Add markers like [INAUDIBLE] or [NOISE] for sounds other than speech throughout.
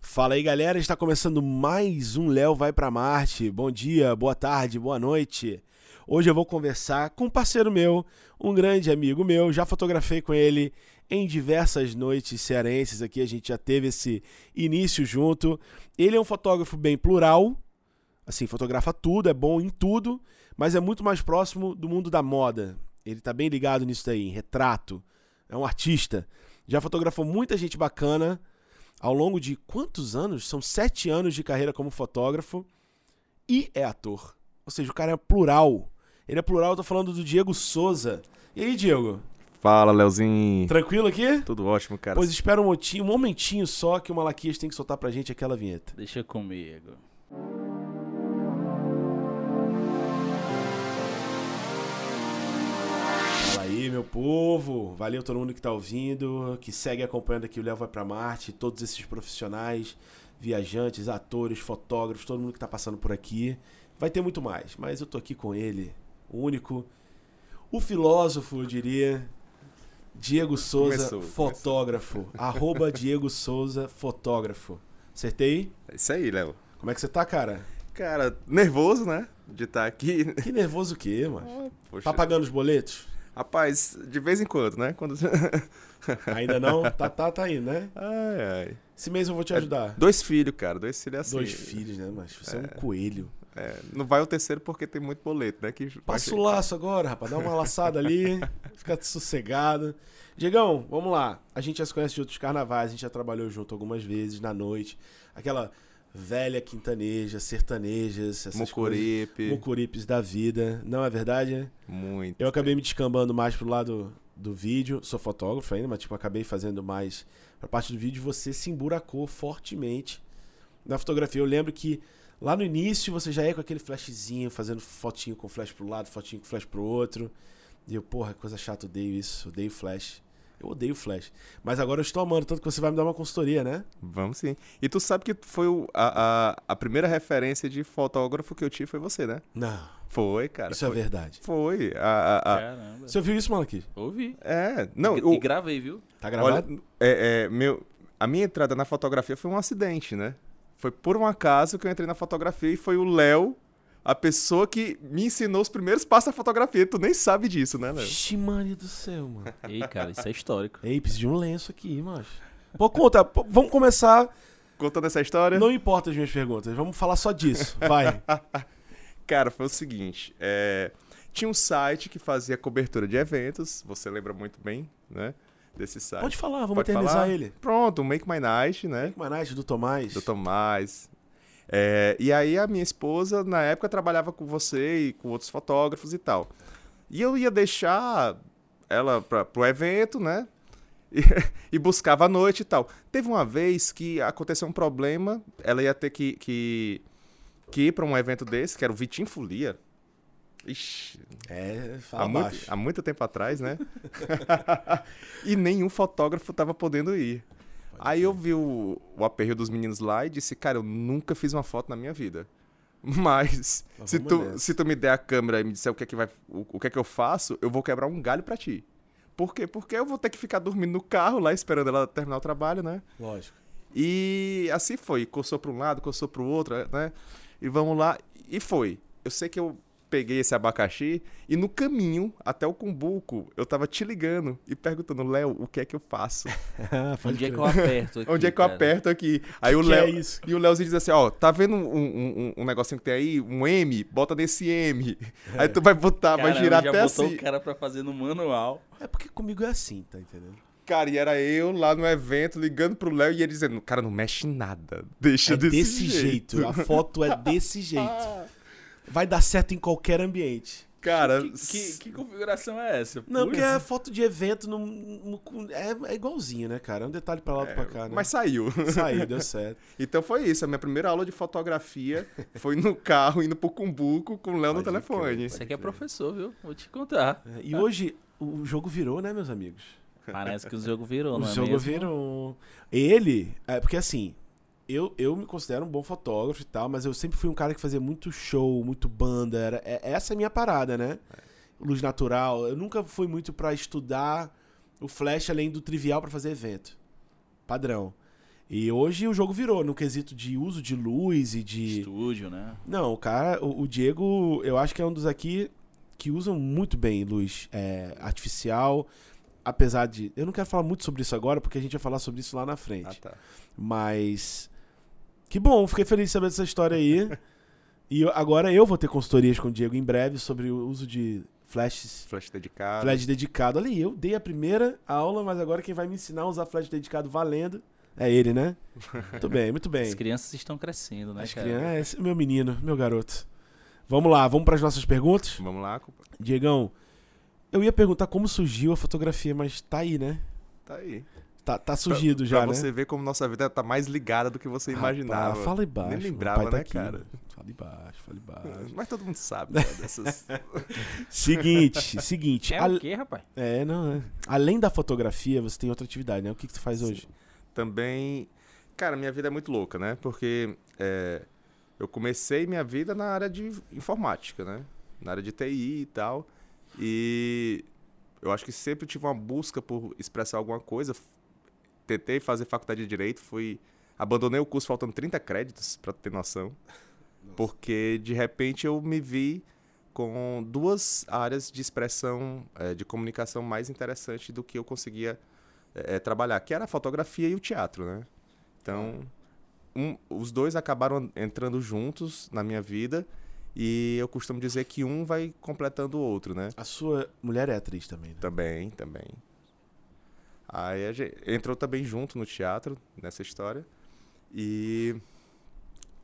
Fala aí, galera. Está começando mais um Léo Vai Pra Marte. Bom dia, boa tarde, boa noite. Hoje eu vou conversar com um parceiro meu, um grande amigo meu. Já fotografei com ele em diversas noites cearenses aqui. A gente já teve esse início junto. Ele é um fotógrafo bem plural, assim, fotografa tudo, é bom em tudo, mas é muito mais próximo do mundo da moda. Ele tá bem ligado nisso daí, em retrato. É um artista. Já fotografou muita gente bacana ao longo de quantos anos? São sete anos de carreira como fotógrafo e é ator. Ou seja, o cara é plural. Ele é plural, eu tô falando do Diego Souza. E aí, Diego? Fala, Leozinho. Tranquilo aqui? Tudo ótimo, cara. Pois espera um momentinho, um momentinho só que o Malaquias tem que soltar pra gente aquela vinheta. Deixa comigo. Fala aí, meu povo. Valeu todo mundo que tá ouvindo, que segue acompanhando aqui o Léo Vai Pra Marte, todos esses profissionais, viajantes, atores, fotógrafos, todo mundo que tá passando por aqui. Vai ter muito mais, mas eu tô aqui com ele, o único, o filósofo, eu diria, Diego Souza, Começou, começou. fotógrafo. [LAUGHS] Arroba Diego Souza, fotógrafo. Acertei? É Isso aí, Léo. Como é que você tá, cara? Cara, nervoso, né? De estar aqui. Que nervoso o quê, mano? Poxa. Tá pagando os boletos? Rapaz, de vez em quando, né? Quando... Ainda não? Tá, tá, tá indo, né? [LAUGHS] ai, ai. Esse mês eu vou te É ajudar. Dois filhos, cara. Dois filhos é assim. Dois filhos, né, mas você é, um coelho. É, não vai o terceiro porque tem muito boleto, né? Que Passa o laço agora, rapaz. Dá uma laçada [LAUGHS] ali, fica sossegado. Diegão, vamos lá. A gente já se conhece de outros carnavais, a gente já trabalhou junto algumas vezes na noite. Aquela velha quintaneja, sertanejas, essas Mucuripe. coisas. Mucuripes da vida. Não é verdade? Muito. Eu acabei me descambando mais pro lado do vídeo, sou fotógrafo ainda, mas tipo, acabei fazendo mais pra parte do vídeo, você se emburacou fortemente na fotografia. Eu lembro que lá no início você já ia com aquele flashzinho, fazendo fotinho com flash pro lado, fotinho com flash pro outro. E eu, porra, que coisa chata, odeio isso, odeio flash. Eu odeio flash. Mas agora eu estou amando, tanto que você vai me dar uma consultoria, né? Vamos sim. E tu sabe que foi o- a, a, a primeira referência de fotógrafo que eu tive foi você, né? Não, Foi, cara. isso é foi. verdade. Foi. A, a, a- Caramba. Você ouviu isso, Malaki? Ouvi. É. Ah. Não, e, o- e gravei, viu? Tá gravado? Olha, é, é, meu, a minha entrada na fotografia foi um acidente, né? Foi por um acaso que eu entrei na fotografia e foi o Léo, a pessoa que me ensinou os primeiros passos da fotografia. Tu nem sabe disso, né, Léo? Vixe, mano do céu, mano. Ei, cara, isso [LAUGHS] é histórico. Ei, preciso de um lenço aqui, macho. Pô, conta, pô, vamos começar. Contando essa história. Não importa as minhas perguntas, vamos falar só [LAUGHS] disso. Vai. Cara, foi o seguinte: é, tinha um site que fazia cobertura de eventos, você lembra muito bem, né? Desse site. Pode falar, vamos Pode eternizar falar? ele. Pronto, o Make My Night, né? Manage do Tomás. do Tomás. É, e aí a minha esposa, na época, trabalhava com você e com outros fotógrafos e tal. E eu ia deixar ela pra, pro evento, né? E, [LAUGHS] e buscava à noite e tal. Teve uma vez que aconteceu um problema, ela ia ter que, que, que ir pra um evento desse, que era o Vitim Folia. Ixi, É, fala há muito, baixo. há muito tempo atrás, né? [LAUGHS] e nenhum fotógrafo tava podendo ir. Aí eu vi o, o aperreio dos meninos lá e disse, cara, eu nunca fiz uma foto na minha vida. [LAUGHS] Mas Mas se vamos nessa. tu, se tu me der a câmera e me disser o que é que, vai, o, o que, é que eu faço, eu vou quebrar um galho pra ti. Por quê? Porque eu vou ter que ficar dormindo no carro lá esperando ela terminar o trabalho, né? [LAUGHS] Lógico. E assim foi. Coçou para um lado, coçou para o outro, né? E vamos lá. E foi. Eu sei que eu peguei esse abacaxi e no caminho até o Cumbuco, eu tava te ligando e perguntando, Léo, o que é que eu faço? Onde é [LAUGHS] que eu aperto aqui, Onde é que eu cara? aperto aqui? Aí o Que é Léo. isso? E o Léozinho diz assim, ó, tá vendo um, um, um- um negocinho que tem aí? Um M? Bota nesse [LAUGHS] M. Aí tu vai botar, Caramba, Ah, vai girar já até botou assim. o cara pra fazer no manual. É porque comigo é assim, tá entendendo? Cara, e era eu lá no evento ligando pro Léo e ele dizendo, cara, não mexe em nada. Deixa é desse, desse jeito. A foto é [LAUGHS] desse jeito. Vai dar certo em qualquer ambiente. Cara, Que, que- que configuração é essa? Não, Putz. porque é foto de evento num- num- é, é igualzinho, né, cara? É um detalhe pra lá outro pra cá, né? Mas saiu. [LAUGHS] Saiu, deu certo. Então foi isso. A minha primeira aula de fotografia foi no carro, indo pro Cumbuco com o Léo no Pode telefone. Isso aqui é professor, viu? Vou te contar. É, E hoje o jogo virou, né, meus amigos? Parece que o jogo [LAUGHS] virou, O não é jogo mesmo? virou. Ele, é porque assim, eu, eu me considero um bom fotógrafo e tal, mas eu sempre fui um cara que fazia muito show, muito banda. Era, é- essa é a minha parada, né? É. Luz natural. Eu nunca fui muito pra estudar o flash além do trivial pra fazer evento. Padrão. E hoje o jogo virou no quesito de uso de luz e de. Estúdio, né? Não, o cara, o, o Diego, eu acho que é um dos aqui que usam muito bem luz é, artificial. Apesar de. Eu não quero falar muito sobre isso agora, porque a gente vai falar sobre isso lá na frente. Ah, tá. Mas. Que bom, fiquei feliz de saber dessa história [LAUGHS] aí. e eu- agora eu vou ter consultorias com o Diego em breve sobre o uso de flashes. Flash tá dedicado. Flash dedicado. Olha aí, eu dei a primeira aula, mas agora quem vai me ensinar a usar flash dedicado valendo é ele, [LAUGHS] né? Muito bem, muito bem. As crianças estão crescendo, né, As cara? crianças. é, esse é meu menino, meu garoto. Vamos lá, vamos para as nossas perguntas? Vamos lá, compa- Diegão, eu ia perguntar como surgiu a fotografia, mas tá aí, né? tá aí. Tá, tá surgido pra, já, pra né? você ver como nossa vida tá mais ligada do que você imaginava. Rapaz, fala embaixo. Nem meu lembrava, pai tá né, aqui. cara? Fala embaixo, fala embaixo. Mas todo mundo sabe, né, [LAUGHS] dessas... [LAUGHS] seguinte, seguinte. É al- o quê, rapaz? É, não, é. Além da fotografia, você tem outra atividade, né? O que, que você faz hoje? também. Cara, minha vida é muito louca, né? Porque é, eu comecei minha vida na área de informática, né? Na área de TI e tal. E eu acho que sempre tive uma busca por expressar alguma coisa. F- Tentei fazer faculdade de direito, fui. Abandonei o curso faltando 30 créditos, pra ter noção. Porque de repente eu me vi com duas áreas de expressão, eh, de comunicação mais interessante do que eu conseguia é, trabalhar, que era a fotografia e o teatro, né? Então, um- os dois acabaram entrando juntos na minha vida e eu costumo dizer que um vai completando o outro, né? A sua mulher é atriz também, né? Também, também. Aí a gente entrou também junto no teatro, nessa história. E,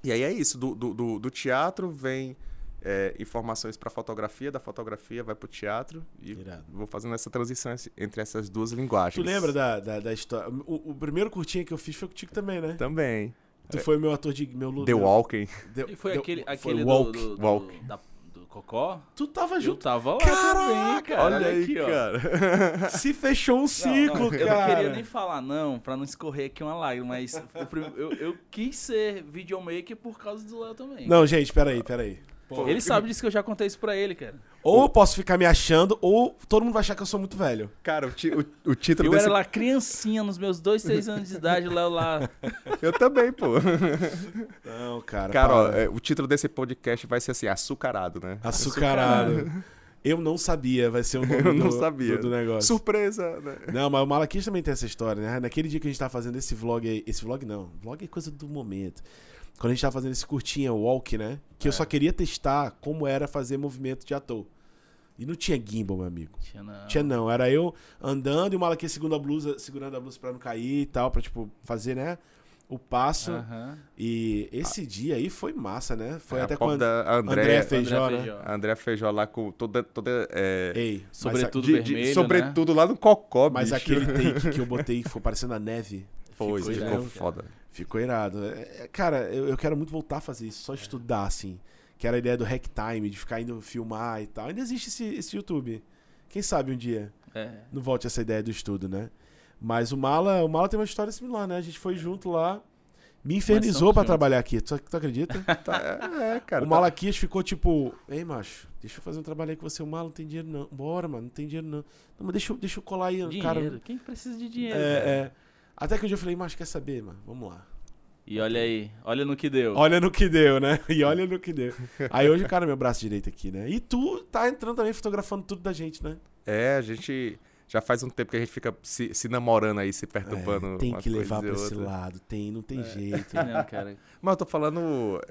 e aí é isso, do, do, do- do teatro vem é, informações para fotografia, da fotografia vai pro teatro e Irado. vou fazendo essa transição esse- entre essas duas linguagens. Tu lembra né? da, da, da história? O, o primeiro curtinho que eu fiz foi contigo também, né? Também. Tu foi meu ator de. Meu, The meu, Walking. deu- E foi deu- aquele, foi aquele do- Walk. do, do, Walk. da- do Cocó? Tu tava Eu junto. tava lá também, cara. Olha aí, aqui, ó. cara. [LAUGHS] Se fechou um Não, ciclo, não, cara. Eu não queria nem falar, não, pra não escorrer aqui uma lágrima, mas o prim- eu, eu quis ser videomaker por causa do Léo também. Não, gente, peraí, peraí. Pô, ele sabe disso que eu já contei isso pra ele, cara. Ou eu posso ficar me achando, ou todo mundo vai achar que eu sou muito velho. Cara, o, ti- o- o título Eu desse... era lá criancinha, nos meus dois, três anos de idade, o Léo lá. Eu também, pô. Não, cara. [LAUGHS] Cara, ó, para. é, o título desse podcast vai ser assim, açucarado, né? Ah, Açucarado. Eu não sabia, vai ser o nome [LAUGHS] Eu não do, sabia. do- do negócio. Surpresa, né? Não, mas o Malaquias também tem essa história, né? Naquele dia que a gente tava fazendo esse vlog aí. Esse vlog não, vlog é coisa do momento. Quando a gente tava fazendo esse curtinha walk, né? Que É. eu só queria testar como era fazer movimento de ator. E não tinha gimbal, meu amigo. Tinha não. Tinha não, era eu andando e o Malaquias segurando a blusa, segurando a blusa pra não cair e tal, pra tipo fazer, né? O passo. Aham. E esse dia aí foi massa, né? Foi É, A até pobre quando da Andréa, André Feijó, André né? Feijó. A Andréa Feijó lá com toda... toda é, Ei, mas Sobretudo de- de- vermelho, né? sobretudo lá no cocó, Mas bicho. [LAUGHS] aquele take que eu botei que ficou parecendo a neve. Foi, Ficou ficou, irado, cara. foda. Ficou irado. É, é, Cara, eu, eu quero muito voltar a fazer isso, É. só estudar, assim. Que era a ideia do hack time, de ficar indo filmar e tal. Ainda existe esse, esse YouTube. Quem sabe um dia É. não volte essa ideia do estudo, né? Mas o Mala, o Mala tem uma história similar, né? A gente foi junto lá, me infernizou estamos pra juntos. trabalhar aqui. Tu, tu acredita? [LAUGHS] Tá, é, é, cara. o tá- Malaquias ficou tipo, ei, macho, deixa eu fazer um trabalho aí com você. O Mala não tem dinheiro, não. Bora, mano, não tem dinheiro, não. Não, mas deixa, eu- deixa eu colar aí, Dinheiro. cara. Quem precisa de dinheiro? cara? É, é. Até que um dia eu falei, mas quer saber, mano? Vamos lá. E olha aí, olha no que deu. Olha no que deu, né? [LAUGHS] E olha no que deu. Aí hoje o cara é meu braço direito aqui, né? E tu tá entrando também, fotografando tudo da gente, né? É, a gente... Já faz um tempo que a gente fica se, se namorando aí, se perturbando. É, tem uma que levar coisa e pra esse outra. lado, tem, não tem jeito. É. [LAUGHS] Não, cara. Mas eu tô falando...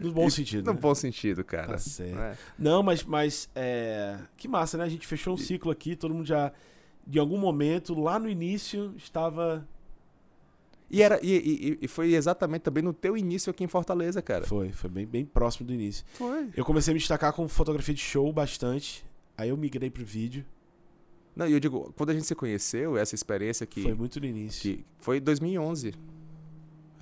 No bom sentido. No né? bom sentido, cara. Tá certo. Né? Não, mas, mas é... que massa, né? A gente fechou um ciclo aqui, todo mundo já, de algum momento, lá no início, estava. E, era, e, e- e- e foi exatamente também no teu início aqui em Fortaleza, cara. Foi, foi bem, bem próximo do início. Foi. Eu comecei a me destacar com fotografia de show bastante. Aí eu migrei pro vídeo. Não, e eu digo, quando a gente se conheceu, essa experiência que Foi muito no início. que foi em 2011.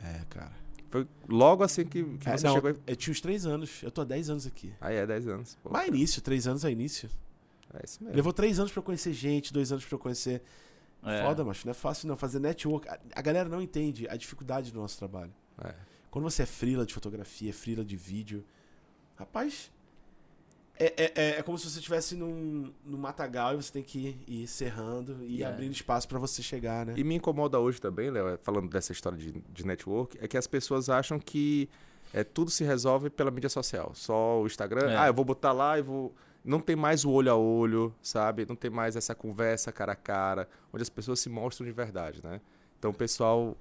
É, cara. Foi logo assim que, que É, você não, chegou. e- Eu tinha uns três anos. Eu tô há 10 anos aqui. Aí é 10 anos. Pô, Mas início, três anos é início. É isso mesmo. Levou três anos pra eu conhecer gente, dois anos pra eu conhecer. É. Foda, macho, não é fácil não. Fazer network. A, a galera não entende a dificuldade do nosso trabalho. É. Quando você é frila de fotografia, frila de vídeo, rapaz, É, é- é- é como se você estivesse num, num matagal e você tem que ir serrando e Yeah. abrindo espaço pra você chegar, né? E me incomoda hoje também, Léo, é, falando dessa história de, de network, é que as pessoas acham que é, tudo se resolve pela mídia social. Só o Instagram. É. Ah, eu vou botar lá e vou. Não tem mais o olho a olho, sabe? Não tem mais essa conversa cara a cara, onde as pessoas se mostram de verdade, né? Então o pessoal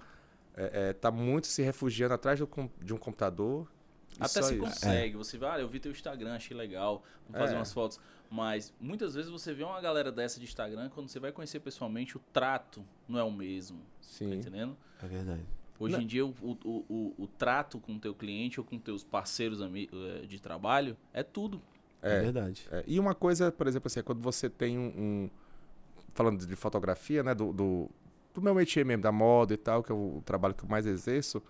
é, é, tá muito se refugiando atrás do com- de um computador. e Até só se isso. consegue, você vai, ah, eu vi teu Instagram, achei legal, vou fazer É. umas fotos. Mas muitas vezes você vê uma galera dessa de Instagram, quando você vai conhecer pessoalmente, o trato não é o mesmo. Tá Sim. entendendo? É verdade. Hoje Não. em dia, o, o, o, o trato com o teu cliente ou com teus parceiros ami- eh, de trabalho é tudo. É, É. verdade. É, e uma coisa, por exemplo, assim, é quando você tem um. um- falando de fotografia, né? Do, do, do meu métier mesmo, da moda e tal, que é o trabalho que eu mais exerço.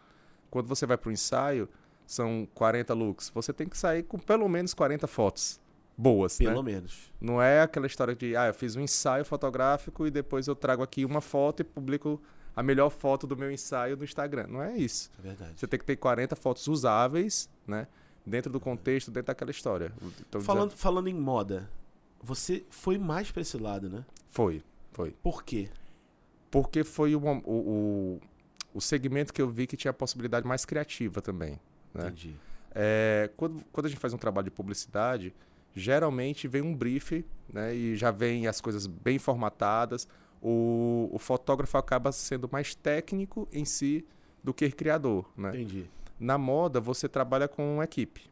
Quando você vai para o ensaio, são 40 looks. Você tem que sair com pelo menos 40 fotos boas, Pelo né? menos. Não é aquela história de, ah, eu fiz um ensaio fotográfico e depois eu trago aqui uma foto e publico a melhor foto do meu ensaio no Instagram. Não é isso. É verdade. Você tem que ter 40 fotos usáveis, né? Dentro do contexto, dentro daquela história. Então, Falando, falando em moda, você foi mais pra esse lado, né? Foi, foi. Por quê? Porque foi uma- o, o, o segmento que eu vi que tinha a possibilidade mais criativa também. Né? Entendi. É, quando, quando a gente faz um trabalho de publicidade, geralmente vem um brief, né? E já vem as coisas bem formatadas. O, o fotógrafo acaba sendo mais técnico em si do que criador, né? Entendi. Na moda, você trabalha com uma equipe.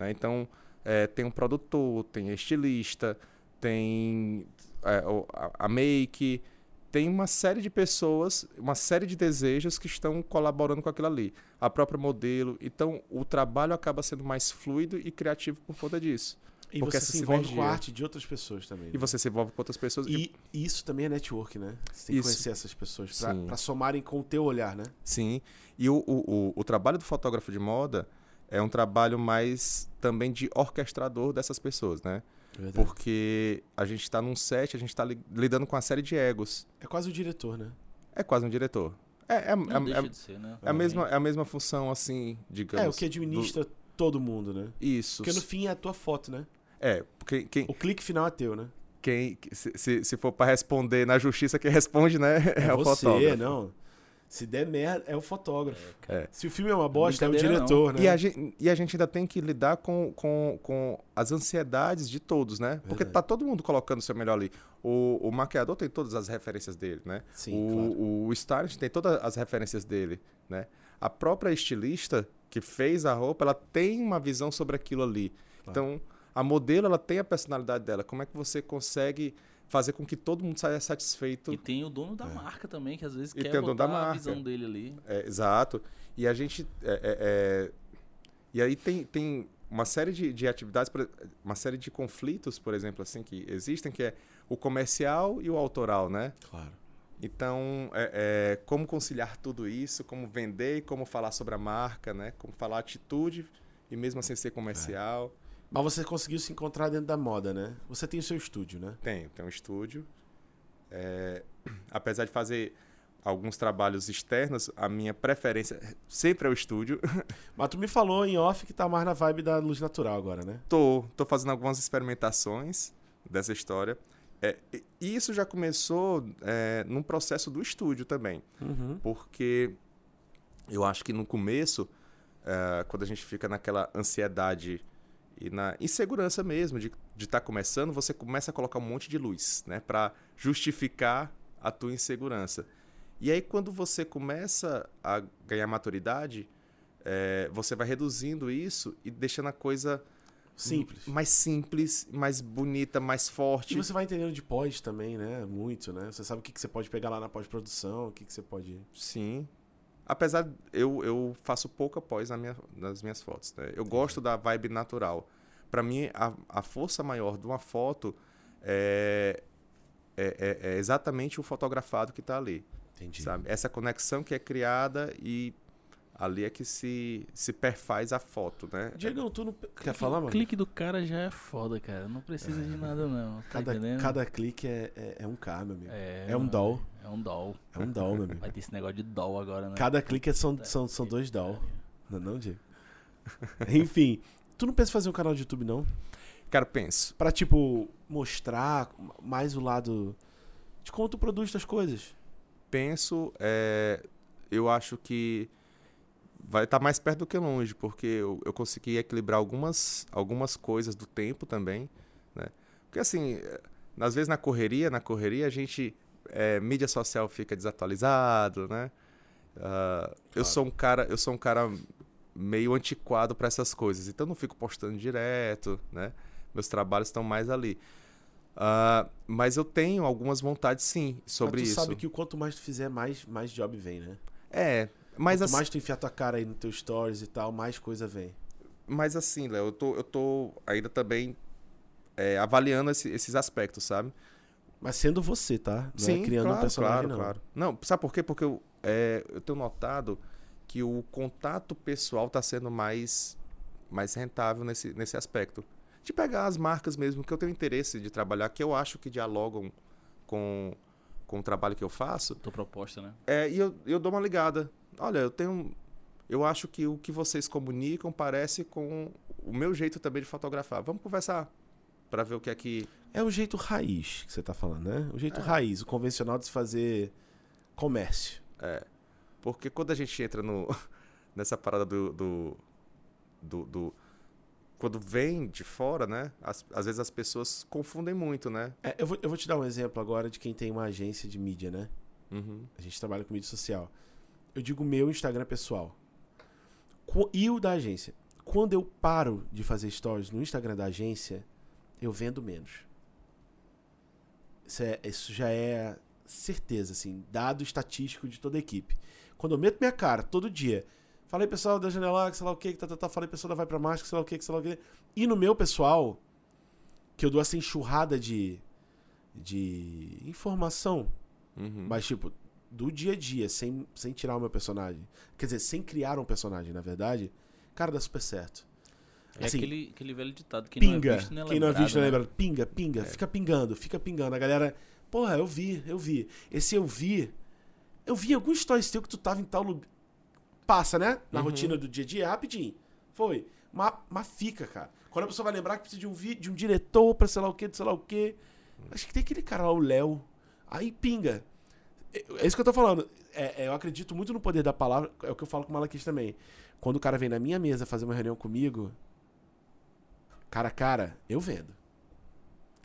né? Então, é, tem um produtor, tem estilista, tem é, o- a, a make, tem uma série de pessoas, uma série de desejos que estão colaborando com aquilo ali. A própria modelo. Então, o trabalho acaba sendo mais fluido e criativo por conta disso. E Porque você essa é. se envolve com a sinergia. arte de outras pessoas também. E né? você se envolve com outras pessoas. E, E isso também é network, né? Você tem que Isso. conhecer essas pessoas pra, Sim. pra somarem com o teu olhar, né? sim. E o, o, o, o trabalho do fotógrafo de moda é um trabalho mais também de orquestrador dessas pessoas, né? É. Porque a gente está num set, a gente está lidando com uma série de egos. É quase o diretor, né? É quase um diretor. É, é, Não é- deixa é- de ser, né? é a mesma, é a mesma função, assim, digamos. é, o que administra todo mundo, né? do- Isso. Porque no fim é a tua foto, né? É, porque quem, O clique final é teu, né? quem, se- se, se for para responder na justiça, quem responde, né? [LAUGHS] É, o você, fotógrafo. não. Se der merda, é o fotógrafo. É. Se o filme é uma bosta, é o Brincadeira, diretor, né? E a, gente, e a gente ainda tem que lidar com, com, com as ansiedades de todos, né? Porque Verdade. tá todo mundo colocando o seu melhor ali. O, o maquiador tem todas as referências dele, né? Sim, o, claro. o stylist tem todas as referências dele, né? A própria estilista que fez a roupa, ela tem uma visão sobre aquilo ali. Então, a modelo, ela tem a personalidade dela. Como é que você consegue fazer com que todo mundo saia satisfeito? E tem o dono da marca também, que às vezes É. E quer tem o botar dono da a marca. visão dele ali. É, exato. E a gente. é, é, é, E aí tem, tem uma série de, de atividades, por- uma série de conflitos, por exemplo, assim, que existem, que é o comercial e o autoral, né? Claro. Então, é, é, como conciliar tudo isso, como vender, e como falar sobre a marca, né? Como falar atitude e mesmo assim ser comercial. Mas você conseguiu se encontrar dentro da moda, né? Você tem o seu estúdio, né? Tenho, tenho um estúdio. É, apesar de fazer alguns trabalhos externos, a minha preferência sempre é o estúdio. [LAUGHS] Mas tu me falou em off que tá mais na vibe da luz natural agora, né? Tô, tô fazendo algumas experimentações dessa história. É, e- e isso já começou é, num processo do estúdio também, Uhum. porque eu acho que no começo, é, quando a gente fica naquela ansiedade e na insegurança mesmo de estar começando, você começa a colocar um monte de luz, né, para justificar a tua insegurança. E aí quando você começa a ganhar maturidade, é, você vai reduzindo isso e deixando a coisa Simples. mais simples, mais bonita, mais forte. E você vai entendendo de pós também, né? Muito, né? Você sabe o que, que você pode pegar lá na pós-produção, o que, que você pode. Sim. Apesar, eu, eu faço pouca pós na minha, nas minhas fotos. Né? Eu gosto da vibe natural. Pra mim, a, a força maior de uma foto é, é, é- é exatamente o fotografado que tá ali. Entendi. Sabe? Essa conexão que é criada e ali é que se, se perfaz a foto, né? Diego, tu não. Quer falar, mano? O clique do cara já é foda, cara. Não precisa É. de nada, não. Tá Cada, entendendo? cada clique é, é, é um K, meu amigo. É, É, um mano, doll. É um doll. É um doll, meu [LAUGHS] amigo. Vai ter esse negócio de doll agora, né? Cada clique é- são, são, são dois [LAUGHS] doll. Não, é não, Diego. Enfim, tu não pensa em fazer um canal de YouTube, não? Cara, penso. Pra, tipo, mostrar mais o lado de como tu produz tuas coisas. Penso, é, eu acho que vai estar mais perto do que longe, porque eu, eu consegui equilibrar algumas, algumas coisas do tempo também, né? Porque assim, eh, às vezes na correria, na correria a gente, eh, mídia social fica desatualizado, né? Ah, Eu sou um cara, eu sou um cara meio antiquado para essas coisas, então eu não fico postando direto, né? Meus trabalhos estão mais ali. Ah, mas eu tenho algumas vontades sim sobre mas tu isso. sabe que quanto mais tu fizer, mais, mais job vem, né? É, mas quanto assim, mais tu enfiar tua cara aí no teu stories e tal, mais coisa vem. Mas assim, Léo, eu tô, eu tô ainda também é, avaliando esse- esses aspectos, sabe? Mas sendo você, tá? Não é criando um personagem, não. Não, sabe por quê? Porque eu, é, eu tenho notado que o contato pessoal tá sendo mais, mais rentável nesse, nesse aspecto. De pegar as marcas mesmo que eu tenho interesse de trabalhar, que eu acho que dialogam com, com o trabalho que eu faço, Tua proposta, né? é, e eu, eu dou uma ligada. Olha, eu tenho. Eu acho que o que vocês comunicam parece com o meu jeito também de fotografar. Vamos conversar para ver o que é que. É o jeito raiz que você tá falando, né? O jeito raiz, o convencional de se fazer comércio. Porque quando a gente entra no, [LAUGHS] nessa parada do. do, do- do- quando vem de fora, né? As- às vezes as pessoas confundem muito, né? É, eu, vou, eu vou te dar um exemplo agora de quem tem uma agência de mídia, né? Uhum. A gente trabalha com mídia social. Eu digo meu Instagram pessoal. Co- E o da agência. Quando eu paro de fazer stories no Instagram da agência, eu vendo menos. Isso, é- isso já é certeza, assim, dado estatístico de toda a equipe. Quando eu meto minha cara todo dia, falei pessoal da janela, que sei lá o que, que tá, tá, tá, falei pessoal da vai pra máscara, que sei lá o que, que sei lá o que. E no meu pessoal, que eu dou essa enxurrada de, de informação, Uhum. mas, tipo, do dia a dia, sem, sem tirar o meu personagem. Quer dizer, sem criar um personagem, na verdade, cara, dá super certo. É Assim, aquele, aquele velho ditado. Quem não pinga. é visto não é Quem não é visto não é lembrado, lembrado. Pinga, pinga, fica pingando, fica pingando. A galera, porra, eu vi, eu vi. Esse eu vi. Eu vi em algum stories teu que tu tava em tal lugar. Passa, né? Na rotina do dia a dia, é rapidinho. Foi. Mas, mas fica, cara. Quando a pessoa vai lembrar que precisa de um, vi- de um diretor pra sei lá o quê, de sei lá o quê. Acho que tem aquele cara lá, o Léo. Aí pinga. É é isso que eu tô falando. É- é, eu acredito muito no poder da palavra. É o que eu falo com o Malaquias também. Quando o cara vem na minha mesa fazer uma reunião comigo, cara a cara, eu vendo.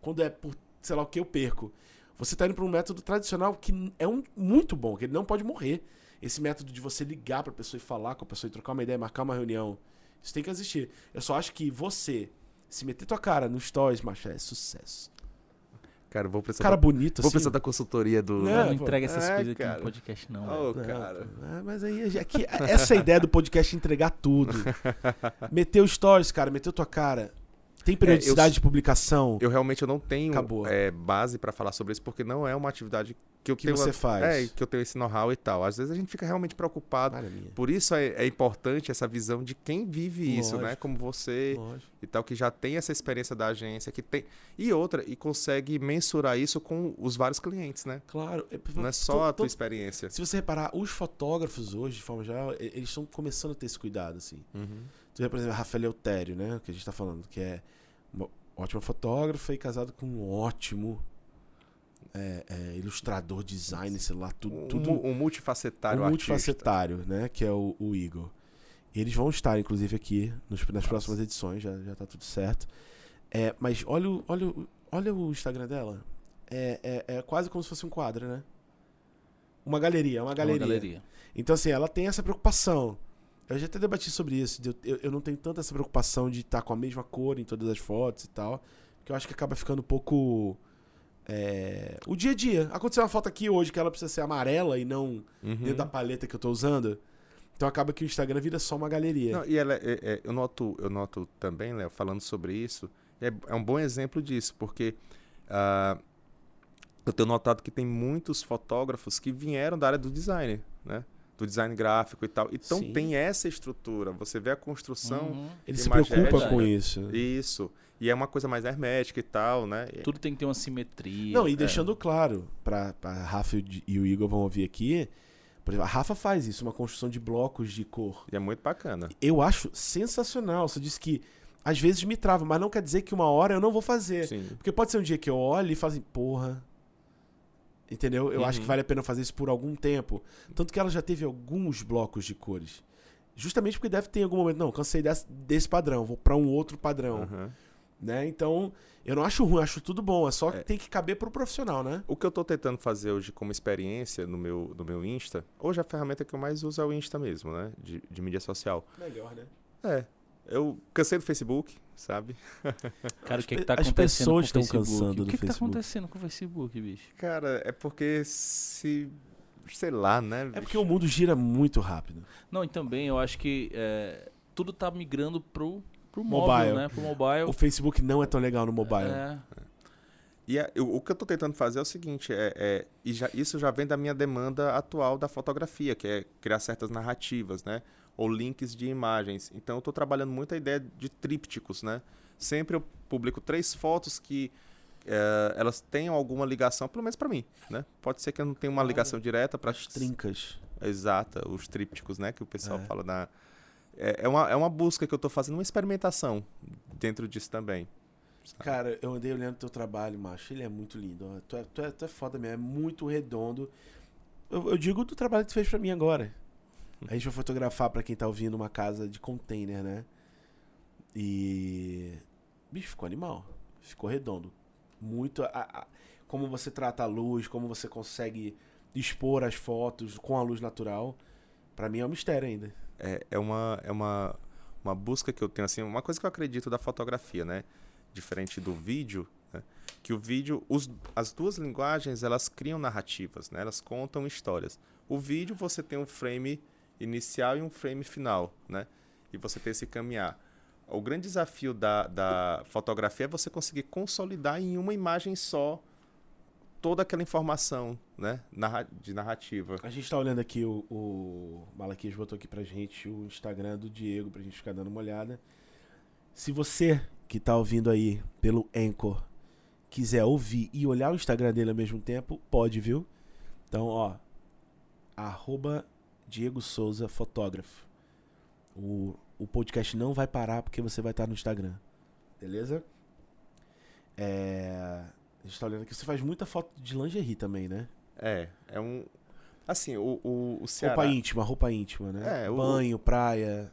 Quando é por, sei lá o que, eu perco. Você tá indo pra um método tradicional que n- é um, muito bom, que ele não pode morrer. Esse método de você ligar pra pessoa e falar com a pessoa e trocar uma ideia, marcar uma reunião. Isso tem que existir. Eu só acho que você, se meter tua cara no stories, macho, é sucesso. Cara, eu vou precisar. Cara da, bonito, tá vou assim. precisar da consultoria do. Né? Né? É, Não pô. entrega essas É, coisas cara. aqui no podcast, não. velho. Ô, Não, cara. pô. Ah, mas aí, já que- essa é a ideia do podcast entregar [LAUGHS] tudo. Meteu stories, cara, meteu tua cara. Tem periodicidade de publicação É, Eu realmente eu não tenho Acabou. é, base pra falar sobre isso, porque não é uma atividade que eu que tenho. você É, faz. que eu tenho esse know-how e tal. Às vezes a gente fica realmente preocupado. Para minha. Por isso é, é importante essa visão de quem vive isso, né? Lógico. Como você Lógico. e tal, que já tem essa experiência da agência, que tem. E outra, e consegue mensurar isso com os vários clientes, né? Claro. é- Não é só a to- to- tua experiência. Se você reparar, os fotógrafos hoje, de forma geral, e- eles estão começando a ter esse cuidado, assim. Tu vê, por exemplo, a Rafael Eleutério, né? Que a gente tá falando, que é uma ótima fotógrafa e casado com um ótimo é, é, ilustrador, designer, sei lá, tudo. Um, tudo mu- um multifacetário um artista. multifacetário, né? Que é o, o Igor. Eles vão estar, inclusive, aqui nos- nas próximas edições, já, já tá tudo certo. É, mas olha o, olha, o- olha o Instagram dela. É, é, é quase como se fosse um quadro, né? Uma galeria, uma É uma galeria. galeria. Então, assim, ela tem essa preocupação. Eu já até debati sobre isso. de Eu, eu- eu não tenho tanta essa preocupação de estar com a mesma cor em todas as fotos e tal. Que eu acho que acaba ficando um pouco. é, o dia a dia. Aconteceu uma foto aqui hoje que ela precisa ser amarela e não Uhum. dentro da paleta que eu tô usando. Então acaba que o Instagram vira só uma galeria. Não, e ela, é- é- eu, noto, eu noto também, Léo, falando sobre isso, é, é um bom exemplo disso, porque ah, eu tenho notado que tem muitos fotógrafos que vieram da área do design, né? Do design gráfico e tal. Então Sim. tem essa estrutura, você vê a construção, Uhum. Ele se imagem- preocupa é, com é. isso. isso. E é uma coisa mais hermética e tal, né? E- Tudo tem que ter uma simetria. é. é. Não, e deixando claro, pra, pra Rafa e o Di- e o Igor vão ouvir aqui, por exemplo, a Rafa faz isso, uma construção de blocos de cor. E é muito bacana. Eu acho sensacional. Você disse que às vezes me trava, mas não quer dizer que uma hora eu não vou fazer. Sim. Porque pode ser um dia que eu olhe e falo assim, porra. Entendeu? Eu acho que vale a pena fazer isso por algum tempo. Tanto que ela já teve alguns blocos de cores. Justamente porque deve ter em algum momento, não, cansei desse, desse padrão, vou pra um outro padrão, Aham. né? Então, eu não acho ruim, acho tudo bom, é só que tem que caber pro profissional, né? O que eu tô tentando fazer hoje como experiência no meu, no meu Insta, hoje a ferramenta que eu mais uso é o Insta mesmo, né? De, de mídia social. Melhor, né? É. Eu cansei do Facebook, sabe? Cara, o pe- que, que tá as acontecendo pessoas com estão o Facebook? cansando do o que, que tá Facebook. acontecendo com o Facebook, bicho? Cara, é porque se. Sei lá, né? É bicho? porque o mundo gira muito rápido. Não, e também eu acho que é, tudo tá migrando pro, pro móvel, Mobile. né? Pro mobile. O Facebook não é tão legal no mobile. É. E a- eu- o que eu tô tentando fazer é o seguinte, é, é- e já- isso já vem da minha demanda atual da fotografia, que é criar certas narrativas, né? Ou links de imagens. Então eu tô trabalhando muito a ideia de trípticos, né? Sempre eu publico três fotos que eh, elas tenham alguma ligação, pelo menos para mim, né? Pode ser que eu não tenha uma ligação direta para Trincas. Exata, os trípticos, né? Que o pessoal É. fala na. É, é uma, é uma busca que eu tô fazendo, uma experimentação dentro disso também. sabe? Cara, eu andei olhando teu trabalho, macho. Ele é muito lindo. ó. Tu é, tu é, tu é foda mesmo, é muito redondo. Eu, eu digo do trabalho que tu fez pra mim agora. A gente vai fotografar pra quem tá ouvindo uma casa de container, né? E. Bicho, ficou animal. Ficou redondo. Muito. a- a- como você trata a luz, como você consegue expor as fotos com a luz natural. Pra mim é um mistério ainda. é, é uma é uma uma busca que eu tenho assim uma coisa que eu acredito da fotografia né diferente do vídeo né? que o vídeo os, as duas linguagens elas criam narrativas né elas contam histórias o vídeo você tem um frame inicial e um frame final né e você tem esse caminhar o grande desafio da, da fotografia é você conseguir consolidar em uma imagem só toda aquela informação né narra- de narrativa A gente tá olhando aqui, o, o Malaquias botou aqui pra gente o Instagram do Diego, pra gente ficar dando uma olhada. Se você que tá ouvindo aí pelo Anchor quiser ouvir e olhar o Instagram dele ao mesmo tempo, pode, viu? Então, ó, arroba Diego Souza Fotógrafo. O, o podcast não vai parar porque você vai estar no Instagram. Beleza? É, a gente tá olhando aqui, você faz muita foto de lingerie também, né? É, é um. Assim, o, o, o Ceará. Roupa íntima, roupa íntima, né? É, o- Banho, praia.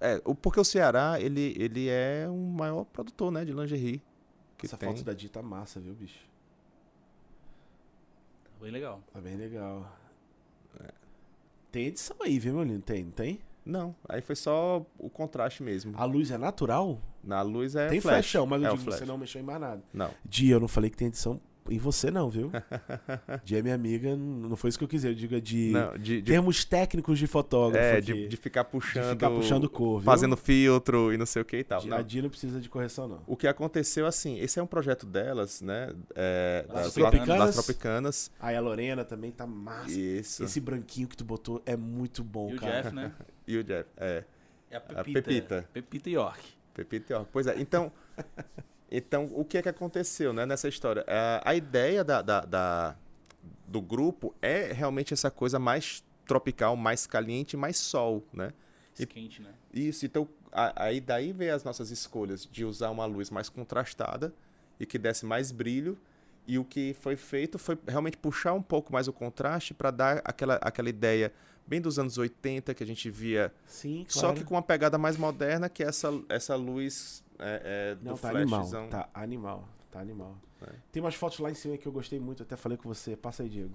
É, o, porque o Ceará, ele, ele é o maior produtor, né, de lingerie. Que Essa tem. foto da Di tá massa, viu, bicho? Tá bem legal. Tá bem legal. É. Tem edição aí, viu, meu lindo? Tem, não tem? Não, aí foi só o contraste mesmo. A luz é natural? Na luz é. tem flash. flashão, mas eu é o digo, flash. você não mexeu em mais nada. Não. Di, eu não falei que tem edição em você, não, [LAUGHS] viu? Di é minha amiga, n- não foi isso que eu quis. Eu digo de Não, de, de, termos técnicos de fotógrafo. é, aqui. de, de ficar puxando. ficar puxando cor, viu? Fazendo filtro e não sei o que e tal. Di- Não, A Di não precisa de correção, não. O que aconteceu, assim, esse é um projeto delas, né? é, Das das, Tropicanas? das Tropicanas. Aí a Lorena também tá massa. Isso. Esse branquinho que tu botou é muito bom, e o cara. Jeff, né? E o Jeff. É. É a Pepita. A Pepita. Pepita York. Pepita e Orca. Pois é, então, então o que é que aconteceu né, nessa história? É, a ideia da, da- da- do grupo é realmente essa coisa mais tropical, mais caliente, mais sol, né? E- Quente, né? Isso, então, a- aí daí vem as nossas escolhas de usar uma luz mais contrastada e que desse mais brilho. E o que foi feito foi realmente puxar um pouco mais o contraste para dar aquela, aquela ideia bem dos anos 80 que a gente via Sim, só claro. que com uma pegada mais moderna, que é essa, essa luz é, é, do Não, tá animal. flashzão. É. Tá animal. Tá animal. Tem umas fotos lá em cima que eu gostei muito, até falei com você. Passa aí, Diego.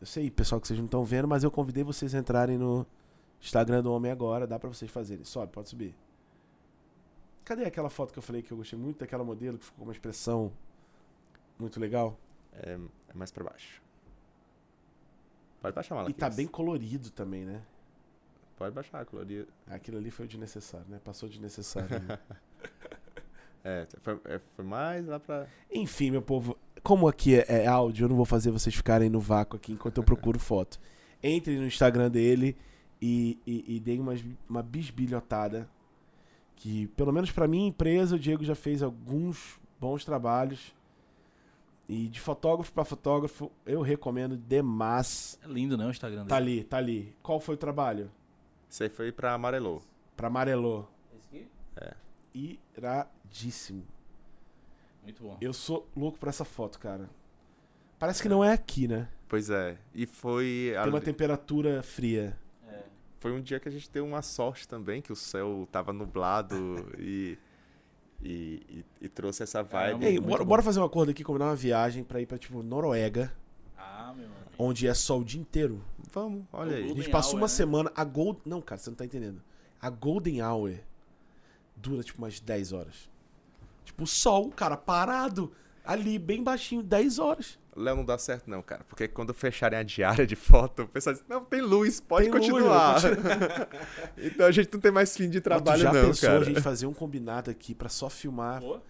Eu sei, pessoal, que vocês não estão vendo, mas eu convidei vocês a entrarem no Instagram do Homem agora. Dá pra vocês fazerem. Sobe, pode subir. Cadê aquela foto que eu falei que eu gostei muito daquela modelo que ficou com uma expressão muito legal? É, é mais pra baixo. Pode baixar, E Malaquias. tá bem colorido também, né? Pode baixar, Cloria. Aquilo ali foi o desnecessário, né? Passou o desnecessário. [LAUGHS] né? É, foi, é, foi mais lá pra... Enfim, meu povo, como aqui é, é áudio, eu não vou fazer vocês ficarem no vácuo aqui enquanto eu procuro foto. Entre no Instagram dele e, e, e deem uma, uma bisbilhotada. Que, pelo menos pra minha empresa, o Diego já fez alguns bons trabalhos. E de fotógrafo pra fotógrafo, eu recomendo demais. É lindo, né? O Instagram Tá dele. ali, tá ali. Qual foi o trabalho? Isso aí foi pra Amarelô. Pra Amarelô. Esse aqui? iradíssimo. Muito bom. Eu sou louco por essa foto, cara. Parece que não é aqui, né? Pois é. E foi. Tem uma ali- temperatura fria. É. Foi um dia que a gente deu uma sorte também, que o céu tava [LAUGHS] nublado e, e, e- e trouxe essa vibe. Caramba. Ei, Tá muito bora, bom. bora fazer um acordo aqui, combinar uma viagem pra ir pra, tipo, Noruega, Ah, meu amigo. onde é sol o dia inteiro. Vamos, olha A aí. Golden gente passou hour, uma né? semana. A Gold. Não, cara, você não tá entendendo. A Golden Hour dura tipo umas 10 horas. Tipo, o sol, cara, parado. Ali, bem baixinho, 10 horas. Léo, não dá certo não, cara. Porque quando fecharem a diária de foto, o pessoal diz, não, tem luz, pode Tem luz, continuar. [LAUGHS] então a gente não tem mais fim de trabalho Mas tu já não, pensou cara. a gente fazer um combinado aqui pra só filmar? Boa?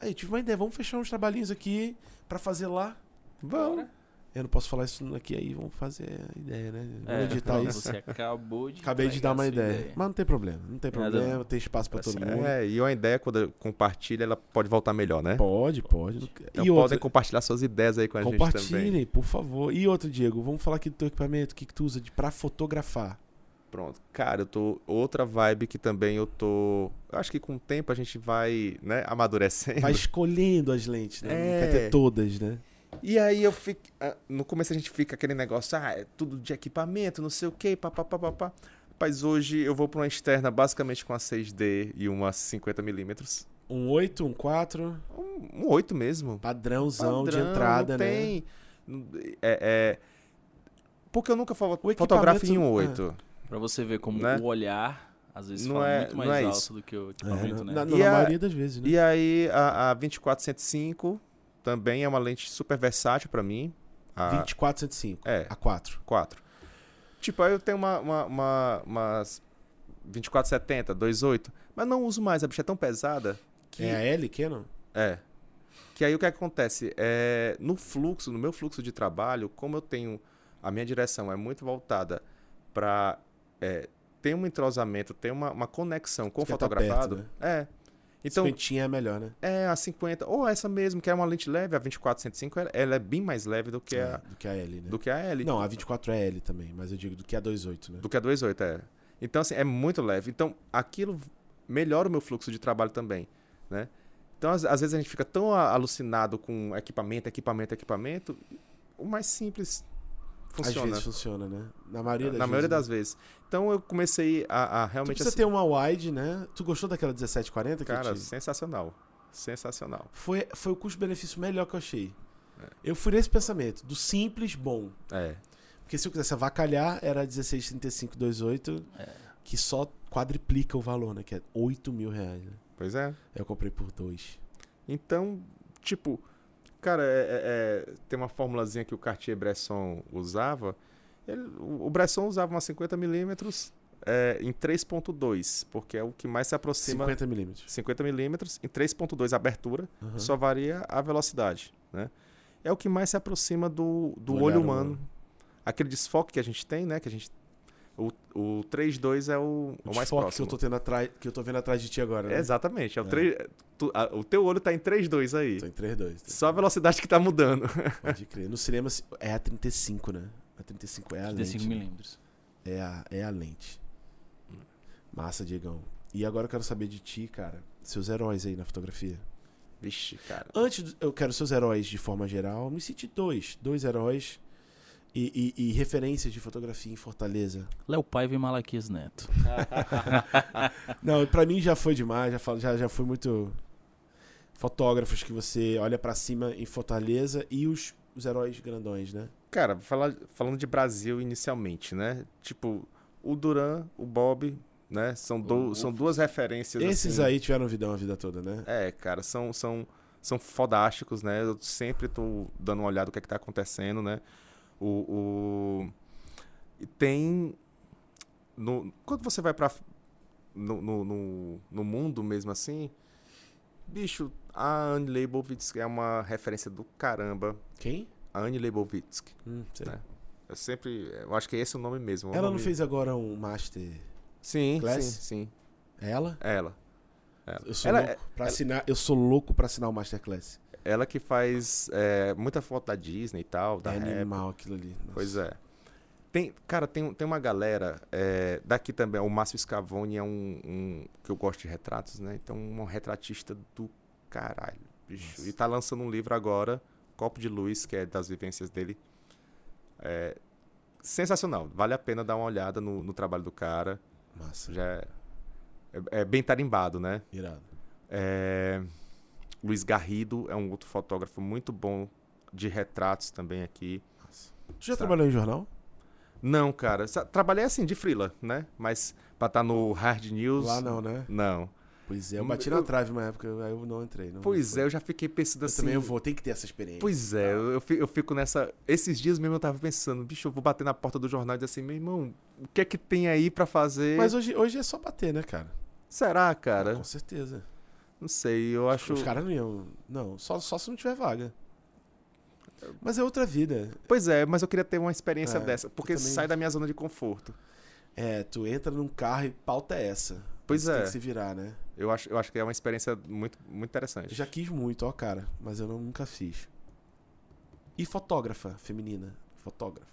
Aí, tive uma ideia, vamos fechar uns trabalhinhos aqui pra fazer lá. Vamos. Bora. Eu não posso falar isso aqui aí, vamos fazer a ideia, né? Vamos É, editar pronto, isso. Você acabou de. Acabei de dar entregar uma a sua ideia. Mas não tem problema, não tem Nada. problema, tem espaço pra todo mundo. É, e uma ideia, quando compartilha, ela pode voltar melhor, né? Pode, pode. Então e podem outra, compartilhar suas ideias aí com a gente também. Compartilhem, por favor. E outro, Diego, vamos falar aqui do teu equipamento, o que, que tu usa de, pra fotografar. Pronto. Cara, eu tô. Outra vibe que também eu tô. Eu acho que com o tempo a gente vai, né, amadurecendo. Vai escolhendo as lentes, né? Não É. quer ter todas, né? E aí eu fico. ah, No começo a gente fica aquele negócio, ah, é tudo de equipamento, não sei o quê, papapá. Pá, pá. Rapaz, hoje eu vou pra uma externa basicamente com a 6D e uma 50mm. Um 8, um 4, Um, um 8 mesmo. padrãozão de Padrão, entrada, não né? tem... É, é- Porque eu nunca fo equipamento- é, né? fotografo em um 8. Pra você ver como Né? o olhar, às vezes, Não fala é- muito mais não é alto isso. do que o É, equipamento, né? na, na E a- maioria das vezes, né? E aí a, a 24-105 também é uma lente super versátil pra mim. A, 24, 105. É, A 4. 4. Tipo, aí eu tenho uma, uma, uma, umas 2470, 28, mas não uso mais, a bicha é tão pesada que. É a L, Canon? É. Que aí o que acontece? É, no fluxo, no meu fluxo de trabalho, como eu tenho. A minha direção é muito voltada para ter um entrosamento, ter uma, uma conexão com o Quer tá perto, fotografado. né? É. Então, Então, Cinquentinha é a melhor, né? é a 50, ou essa mesmo, que é uma lente leve, a 2405, ela, ela é bem mais leve do que, É, a, do que a L, né? do que a L. Não, a 24 é L também, mas eu digo do que a 28, né? Do que a 2.8, é. Então, assim, é muito leve. Então, aquilo melhora o meu fluxo de trabalho também, né? Então, às, às vezes a gente fica tão a- alucinado com equipamento, equipamento, equipamento. O mais simples Às funciona. vezes funciona, né? Na maioria das Na vezes. né? maioria das vezes. Então, eu comecei a, a Tu realmente... precisa assim, ter um uma wide, né? Tu gostou daquela 1740 que eu Cara, tive? sensacional. Sensacional. Foi, foi o custo-benefício melhor que eu achei. Eu fui nesse pensamento, do simples bom. É. Porque se eu quisesse avacalhar, era 16,3528, que só quadriplica o valor, né? Que é 8 mil reais. Né? Pois é. Eu comprei por dois. Então, tipo, cara, é- é- é- tem uma formulazinha que o Cartier-Bresson usava. Ele- o o Bresson usava umas 50mm é, em 3.2, porque é o que mais se aproxima. 50 milímetros. 50mm em 3.2 abertura, Aham. só varia a velocidade, né? É o que mais se aproxima do, do Do olho olhar humano. humano. Aquele desfoque que a gente tem, né? Que a gente, o, o 3.2 é o, o O mais desfoque próximo. que eu tô tendo atrás, que eu tô vendo atrás de ti agora, né? Exatamente. É o, É. 3, tu- a- o teu olho tá em 3.2 aí. Tô em 3,2. Só a velocidade que tá mudando. [LAUGHS] Pode crer. No cinema se- é a 35, né? A 35 é a lente. 35 milímetros. É a, é a lente. Massa, Diegão. E agora eu quero saber de ti, cara, seus heróis aí na fotografia. Vixe, cara. Antes, do- eu quero seus heróis de forma geral. Me cite dois. Dois heróis e, e- e referências de fotografia em Fortaleza. Léo Paiva e Malaquias Neto. Não, pra mim já foi demais. Já, falo- já, já fui muito. Fotógrafos que você olha pra cima em Fortaleza e os, os heróis grandões, né? Cara, fala- falando de Brasil inicialmente, né? Tipo, o Duran, o Bob, né? São, do- O- são duas referências. Esses assim. aí tiveram vidão a vida toda, né? É, cara, são, são, são fodásticos, né? Eu sempre tô dando uma olhada o que é que tá acontecendo, né? O. o- e Tem. no- Quando você vai pra. No, no, no- no mundo mesmo assim. Bicho, a Anne Leibovitz é uma referência do caramba. Quem? A Anne Leibovitz. Hum, sei. É. Eu sempre. Eu acho que esse é o nome mesmo. o Ela não nome- fez agora um Master. Sim, Class? sim, sim. Ela? Ela. Eu sou, Ela- louco pra assinar, eu sou louco pra assinar o Masterclass. Ela que faz é, muita foto da Disney e tal, da é Apple. animal aquilo ali. Nossa. Pois é. Tem, cara, tem, tem uma galera é, daqui também. O Márcio Scavone é um, um que eu gosto de retratos, né? Então, um retratista do caralho, bicho. E tá lançando um livro agora, Copo de Luz, que é das vivências dele. É, sensacional. Vale a pena dar uma olhada no, no trabalho do cara. Massa, Já é, é- é bem tarimbado, né? irado. É, Luiz Garrido é um outro fotógrafo muito bom de retratos também aqui. Tu já Sabe. trabalhou em jornal? Não, cara, sa- trabalhei assim de frila, né? Mas pra estar no Hard News. Lá não, né? Não. Pois é, eu Hum, bati na eu- trave uma época, aí eu não entrei. Não Pois fui. é, eu já fiquei pensando Eu assim. também eu vou, Tá. tem que ter essa experiência. Pois é, eu, eu fi- eu fico nessa. Esses dias mesmo eu tava pensando, bicho, eu vou bater na porta do jornal e dizer assim, meu irmão, o que é que tem aí pra fazer? Mas hoje, hoje é só bater, né, cara? Será, cara? Com certeza. Não sei, eu acho. Os caras não iam. Não, só, só se não tiver vaga. Mas é outra vida. Pois é, mas eu queria ter uma experiência É, dessa, porque também- sai da minha zona de conforto. É, tu entra num carro e pauta é essa. Pois Você é. Tem que se virar, né? Eu acho, eu acho que é uma experiência muito, muito interessante. Eu já quis muito, ó, cara, mas eu não- nunca fiz. E fotógrafa feminina? Fotógrafa.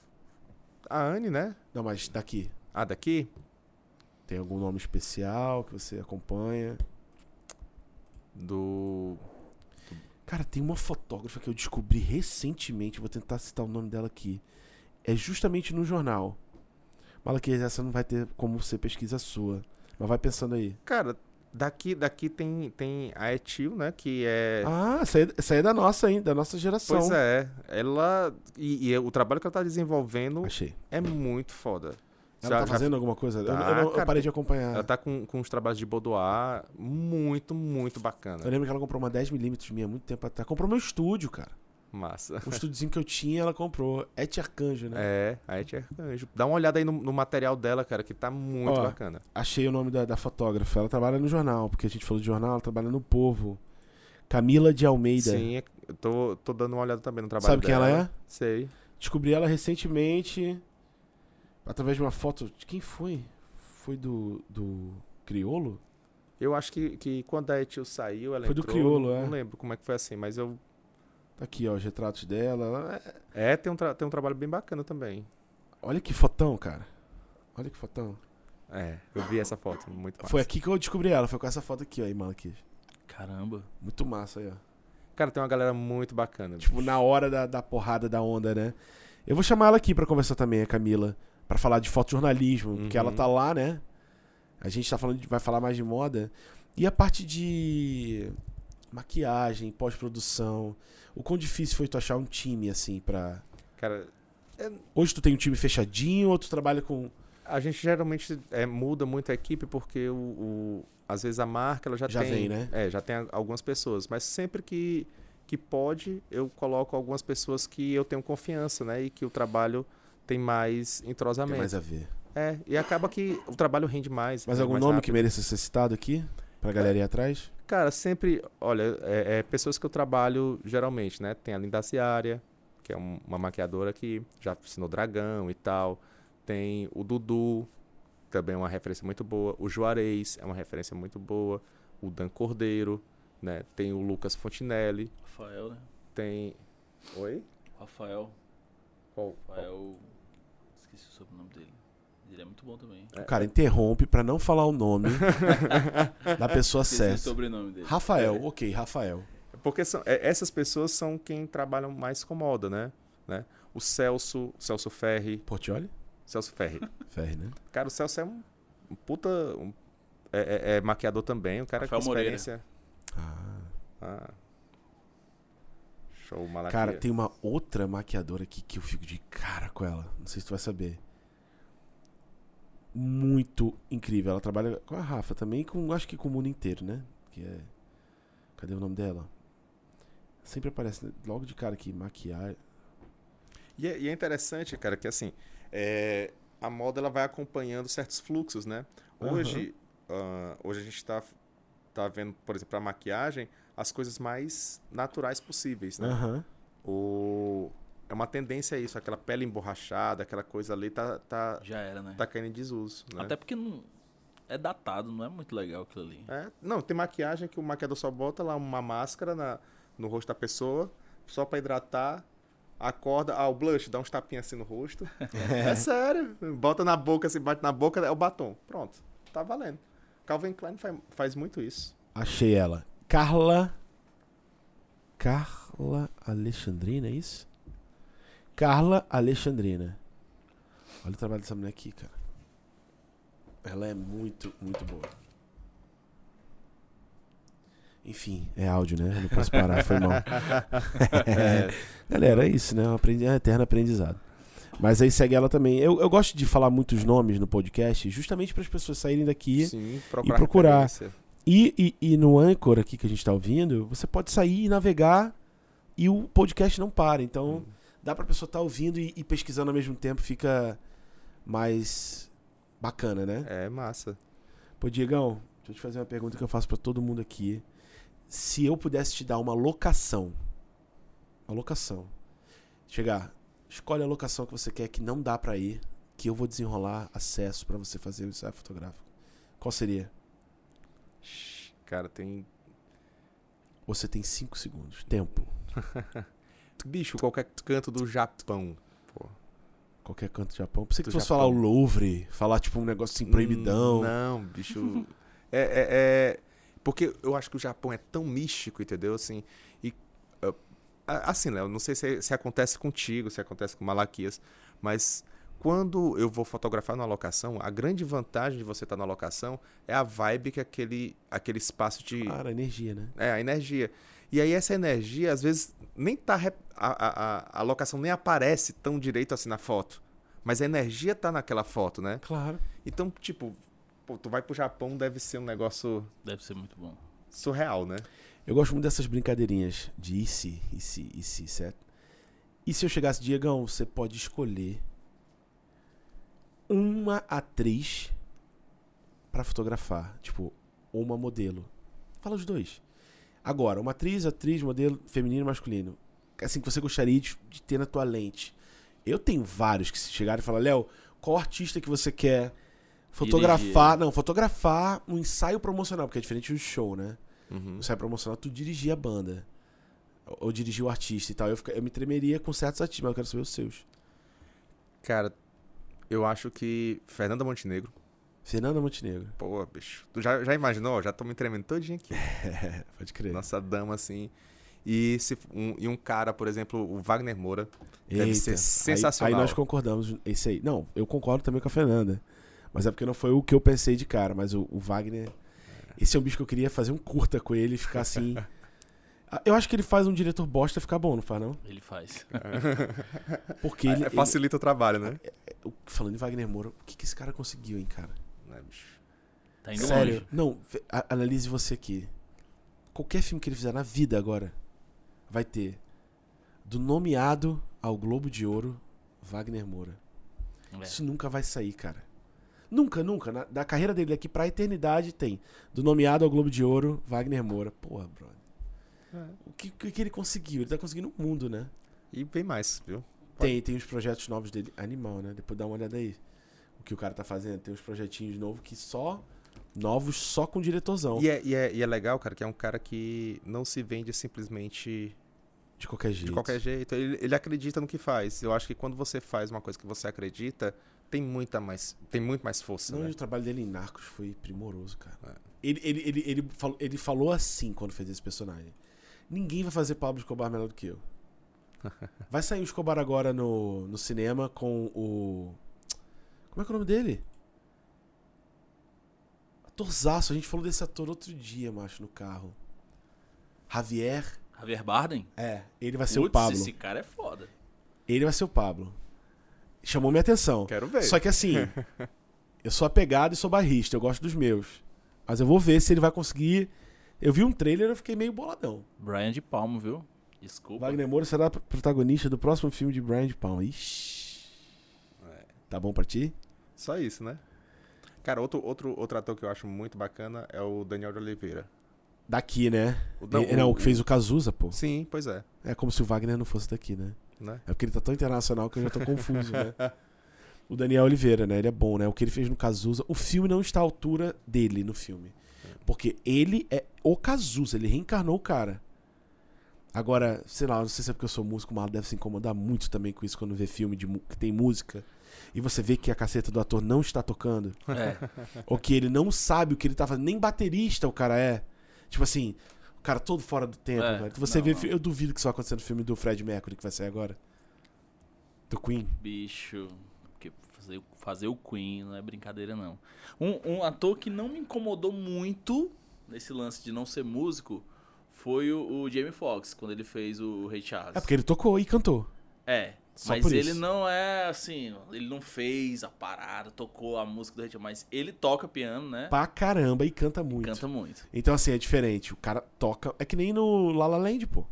A Anne, né? Não, mas daqui. Ah, daqui? Tem algum nome especial que você acompanha? Do. Cara, tem uma fotógrafa que eu descobri recentemente, vou tentar citar o nome dela aqui. É justamente no jornal. Malaquias, essa não vai ter como ser pesquisa sua. Mas vai pensando aí. Cara, daqui, daqui tem, tem a Etil, né? Que é. Ah, essa aí, essa aí é da nossa, hein? Da nossa geração. pois é. Ela. E, e o trabalho que ela tá desenvolvendo Achei. é muito foda. Ela Já- tá já- fazendo alguma coisa? Eu- eu, Tá, não- eu cara, parei tem- de acompanhar. Ela tá com, com os trabalhos de Boudoir muito, muito Eu bacana. lembro que ela comprou uma 10mm minha muito tempo atrás. Comprou meu estúdio, cara. Massa. [LAUGHS] O estúdiozinho que eu tinha, ela comprou. É de Arcanjo, né? É, a Eti Arcanjo. Dá uma olhada aí no, no material dela, cara, que tá muito Ó. bacana. Achei o nome da, da fotógrafa. Ela trabalha no jornal, porque a gente falou de jornal, ela trabalha no Povo. Camila de Almeida. Sim, é- eu tô, tô dando uma olhada também no trabalho Sabe quem dela. ela é? Sei. Descobri ela recentemente através de uma foto. De quem foi? Foi do. do Criolo? Eu acho que, que quando a Etil saiu, ela Foi do entrou. Criolo, é. Não lembro como é que foi assim, mas eu Tá aqui, ó, os retratos dela. Ela é- É, tem um, tra- tem um trabalho bem bacana também. Olha que fotão, cara. Olha que fotão. É, eu vi essa foto, muito massa. Foi aqui que eu descobri ela, foi com essa foto aqui, ó, aí, Malaquias. Caramba. Muito massa aí, ó. Cara, tem uma galera muito bacana. Tipo, na hora da, da porrada da onda, né? Eu vou chamar ela aqui pra conversar também, a Camila, pra falar de fotojornalismo, porque Uhum. ela tá lá, né? A gente tá falando de, vai falar mais de moda. E a parte de maquiagem, pós-produção. O quão difícil foi tu achar um time, assim, pra. Cara, Hoje tu tem um time fechadinho ou tu trabalha com. a gente geralmente é, muda muito a equipe porque o, o- às vezes a marca ela já, Já tem. vem, né? É, já tem a- algumas pessoas. Mas sempre que, que pode, eu coloco algumas pessoas que eu tenho confiança, né? E que o trabalho tem mais Tem entrosamento. mais a ver. É, e acaba que o trabalho rende mais. Mas rende algum mais nome rápido. que mereça ser citado aqui? Pra galera ir atrás? Cara, sempre, olha, é, é pessoas que eu trabalho geralmente, né? Tem a Linda Ciária, que é um- uma maquiadora que já ensinou Dragão e tal. Tem o Dudu, também é uma referência muito boa. O Juarez é uma referência muito boa. O Dan Cordeiro, né? Tem o Lucas Fontinelli. Rafael, né? Tem. Oi? Rafael. Qual? Rafael. Esqueci o sobrenome dele. Ele é muito bom também. O cara interrompe pra não falar o [LAUGHS] nome da pessoa Esqueci o certa. sobrenome dele. É. Rafael, ok, Rafael. Porque são, é- essas pessoas são quem trabalham mais com moda, né? né? O Celso, Celso Ferri. Portioli? Celso Ferri. Ferre, né? Cara, o Celso é um, um puta. um- é, é- é maquiador também, um cara Rafael com Moreira. experiência. Ah. Ah. Show, malaquia. Cara, tem uma outra maquiadora aqui que eu fico de cara com ela. Não sei se tu vai saber. Muito incrível. Ela trabalha com a Rafa também, com acho que com o mundo inteiro, né? Que é. Cadê o nome dela? Sempre aparece né? logo de cara aqui, maquiar. E, é, e é interessante, cara, que assim, é, a moda ela vai acompanhando certos fluxos, né? Hoje, ah, hoje a gente tá, tá vendo, por exemplo, a maquiagem, as coisas mais naturais possíveis, né? Aham. O, é uma tendência isso, aquela pele emborrachada, aquela coisa ali tá, tá, Já era, né? tá caindo em desuso. Né? Até porque não. É datado, não é muito legal aquilo ali. É, não, tem maquiagem que o maquiador só bota lá uma máscara na- no rosto da pessoa, só pra hidratar, acorda, ah, o blush, dá uns tapinhas assim no [LAUGHS] rosto. É. sério. Bota na boca, assim, bate na boca, é o batom. Pronto, tá valendo. Calvin Klein faz, faz muito [LAUGHS] isso. Achei ela. Carla. Carla Alexandrina, é isso? Carla Alexandrina. Olha o trabalho dessa mulher aqui, cara. Ela é muito, muito boa. Enfim, é áudio, né? Eu não posso parar, foi [LAUGHS] mal. Galera, é isso, né? Um aprendi- é um eterno aprendizado. Mas aí segue ela também. Eu, eu gosto de falar muitos nomes no podcast, justamente para as pessoas saírem daqui. Sim, e procurar. referência. E, e, e no Anchor aqui que a gente está ouvindo, você pode sair e navegar e o podcast não para. Então, dá para pessoa estar ouvindo e, e pesquisando ao mesmo tempo, fica mais bacana, né? É massa. Pô, Diegão, deixa eu te fazer uma pergunta que eu faço pra todo mundo aqui. Se eu pudesse te dar uma locação, uma locação, chegar, escolhe a locação que você quer que não dá pra ir, que eu vou desenrolar acesso pra você fazer o ensaio fotográfico. Qual seria? Shhh, Cara, tem. Você tem 5 segundos. Tempo. Bicho, qualquer canto do Japão. Qualquer canto do Japão. Pensei que Do fosse Japão. falar o Louvre, falar tipo um negócio assim proibidão. Hum, Não, bicho. é, é- é- Porque eu acho que o Japão é tão místico, entendeu? Assim. E. uh, a- Assim, Léo, não sei se, se acontece contigo, se acontece com o Malaquias, mas quando eu vou fotografar numa locação, a grande vantagem de você estar na locação é a vibe que aquele, aquele espaço te, Cara, energia, né? É, a energia. E aí essa energia, às vezes, nem tá. rep- A, a- a- a locação nem aparece tão direito assim na foto. Mas a energia tá naquela foto, né? Claro. Então, tipo, pô, tu vai pro Japão, deve ser um negócio Deve ser muito bom. surreal, né? Eu gosto muito dessas brincadeirinhas de e se, e se, e se, certo? E se eu chegasse, Diegão, você pode escolher uma atriz pra fotografar, tipo, ou uma modelo. Fala os dois. Agora, uma atriz, atriz, modelo, feminino, masculino. Assim que você gostaria de, de ter na tua lente. Eu tenho vários que se chegarem e falar, Léo, qual artista que você quer fotografar? Não, fotografar um ensaio promocional, porque é diferente do show, né? Uhum. no ensaio promocional, tu dirigia a banda. Ou, ou dirigia o artista e tal. Eu, fica- eu me tremeria com certos artistas, mas eu quero saber os seus. Cara, eu acho que Fernanda Montenegro. Fernanda Montenegro. [LAUGHS] Pô, bicho. Tu já, já imaginou? Já tô me tremendo todinho aqui. É, pode crer. Nossa dama, assim. E, se, um, e um cara, por exemplo, o Wagner Moura. deve ser Aí- sensacional. Aí, nós concordamos. Esse aí. Não, eu concordo também com a Fernanda. Mas é porque não foi o que eu pensei de cara. Mas o, o Wagner. Esse é um bicho que eu queria fazer um curta com ele e ficar [LAUGHS] assim. Ah, Eu acho que ele faz um diretor bosta ficar bom, não faz não? [LAUGHS] Ele faz. Porque ele. É, facilita o trabalho, né? ele- o- falando em Wagner Moura, o que, que esse cara conseguiu, hein, cara? É, bicho. Tá indo Sério? longe. Não, ve- a- analise você aqui. Qualquer filme que ele fizer na vida agora vai ter do nomeado ao Globo de Ouro Wagner Moura. É. Isso nunca vai sair, cara. Nunca, nunca. Na- da carreira dele aqui pra eternidade tem. Do nomeado ao Globo de Ouro, Wagner Moura. Porra, brother. É. O que, que, que ele conseguiu? Ele tá conseguindo o mundo, né? E bem mais, viu? Pode- Tem, tem os projetos novos dele. Animal, né? Depois dá uma olhada aí. O que o cara tá fazendo. Tem uns projetinhos novos que só. Novos só com diretorzão. E é, e, é, e é legal, cara, que é um cara que não se vende simplesmente De qualquer jeito. de qualquer jeito. Ele, ele acredita no que faz. Eu acho que quando você faz uma coisa que você acredita, tem muita mais, tem muito mais força. Não, e né? É. o trabalho dele em Narcos foi primoroso, cara. Ele, ele, ele, ele, falou, ele falou assim quando fez esse personagem. Ninguém vai fazer Pablo Escobar melhor do que eu. [LAUGHS] Vai sair o Escobar agora no, no cinema com o... Como é que é o nome dele? Atorzaço. A gente falou desse ator outro dia, macho, no carro. Javier. Javier Bardem? É, ele vai ser o Putz, Pablo. esse cara é foda. Ele vai ser o Pablo. Chamou minha atenção. Quero ver. Só que [LAUGHS] assim, eu sou apegado e sou barrista, eu gosto dos meus. Mas eu vou ver se ele vai conseguir. Eu vi um trailer e eu fiquei meio boladão. Brian de Palmo, viu? Desculpa. Wagner Moura será pr- protagonista do próximo filme de Brian de Palma. Ixi. Tá bom pra ti? Só isso, né? Cara, outro, outro, outro ator que eu acho muito bacana é o Daniel de Oliveira. Daqui, né? O, Não, e, não, o que fez o Cazuza, pô. Sim, pois é. É como se o Wagner não fosse daqui, né? Né? É porque ele tá tão internacional que eu já tô confuso, né? O Daniel Oliveira, né? Ele é bom, né? O que ele fez no Cazuza. O filme não está à altura dele no filme. Porque ele é o Cazuza, ele reencarnou o cara. Agora, sei lá, eu não sei se é porque eu sou músico, mas ela deve se incomodar muito também com isso quando vê filme de, mu- que tem música. E você vê que a caceta do ator não está tocando. É. ou que ele não sabe o que ele tá fazendo. Nem baterista o cara é. Tipo assim, o cara todo fora do tempo, É, velho. Então Você não, vê. não. fi- Eu duvido que isso vai acontecer no filme do Fred Mercury que vai sair agora. Do Queen. Bicho. Porque fazer, o- fazer o Queen não é brincadeira, não. Um, um ator que não me incomodou muito nesse lance de não ser músico foi o, o Jamie Foxx, quando ele fez o Rei Charles. É porque ele tocou e cantou. É, Só mas por ele isso. não é assim, ele não fez a parada, tocou a música do Rei Charles, mas ele toca piano, né? Pra caramba e canta muito. Canta muito. Então, assim, é diferente. O cara toca. É que nem no La La Land, pô.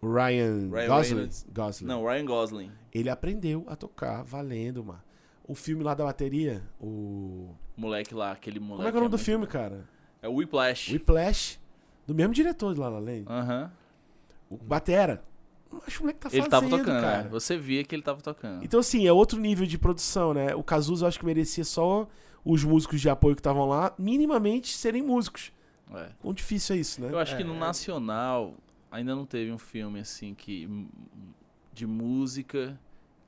O Ryan, Ryan Gosling. Reynolds. Gosling. Não, Ryan Gosling. Ele aprendeu a tocar valendo, mano. O filme lá da bateria, o. O moleque lá, aquele moleque. Como é que é o nome do muito- filme, cara? É o Whiplash. Whiplash. Do mesmo diretor de La La Land. Aham. O Batera. Acho que o moleque tá fazendo, Ele tava tocando, cara. né? Você via que ele tava tocando. Então, assim, é outro nível de produção, né? O Cazuza eu acho que merecia só os músicos de apoio que estavam lá, minimamente serem músicos. É. Quão difícil é isso, né? Eu acho que É. no Nacional ainda não teve um filme assim que. de música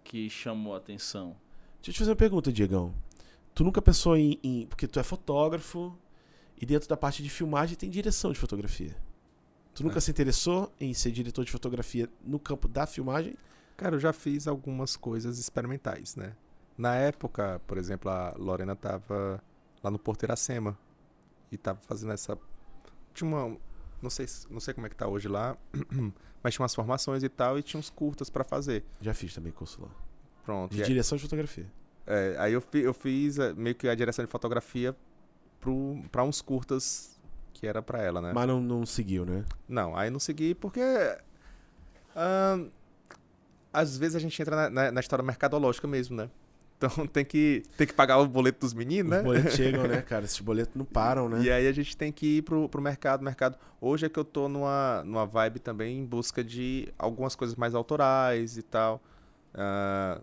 que chamou a atenção. Deixa eu te fazer uma pergunta, Diegão. Tu nunca pensou em, em- Porque tu é fotógrafo e dentro da parte de filmagem tem direção de fotografia. Tu nunca É. se interessou em ser diretor de fotografia no campo da filmagem? Cara, eu já fiz algumas coisas experimentais, né? Na época, por exemplo, a Lorena tava lá no Porto Iracema e tava fazendo essa tinha uma não sei, se- não sei como é que tá hoje lá, [CLEARS THROAT] mas tinha umas formações e tal e tinha uns curtas pra fazer. Já fiz também curso lá. Pronto. De e aí- direção de fotografia. é, aí eu, fi- eu fiz eh, meio que a direção de fotografia pro, pra uns curtas que era pra É. ela, né? Mas não, não seguiu, né? Não, aí não segui porque. ahn, às vezes a gente entra na, na- na história mercadológica mesmo, né? [LAUGHS] Então tem que, tem que pagar o boleto dos meninos, né? Os boletos [LAUGHS] chegam, né, cara? Esses boletos não param, né? E aí a gente tem que ir pro, pro mercado, mercado. Hoje é que eu tô numa, numa vibe também em busca de algumas coisas mais autorais e tal. Ah,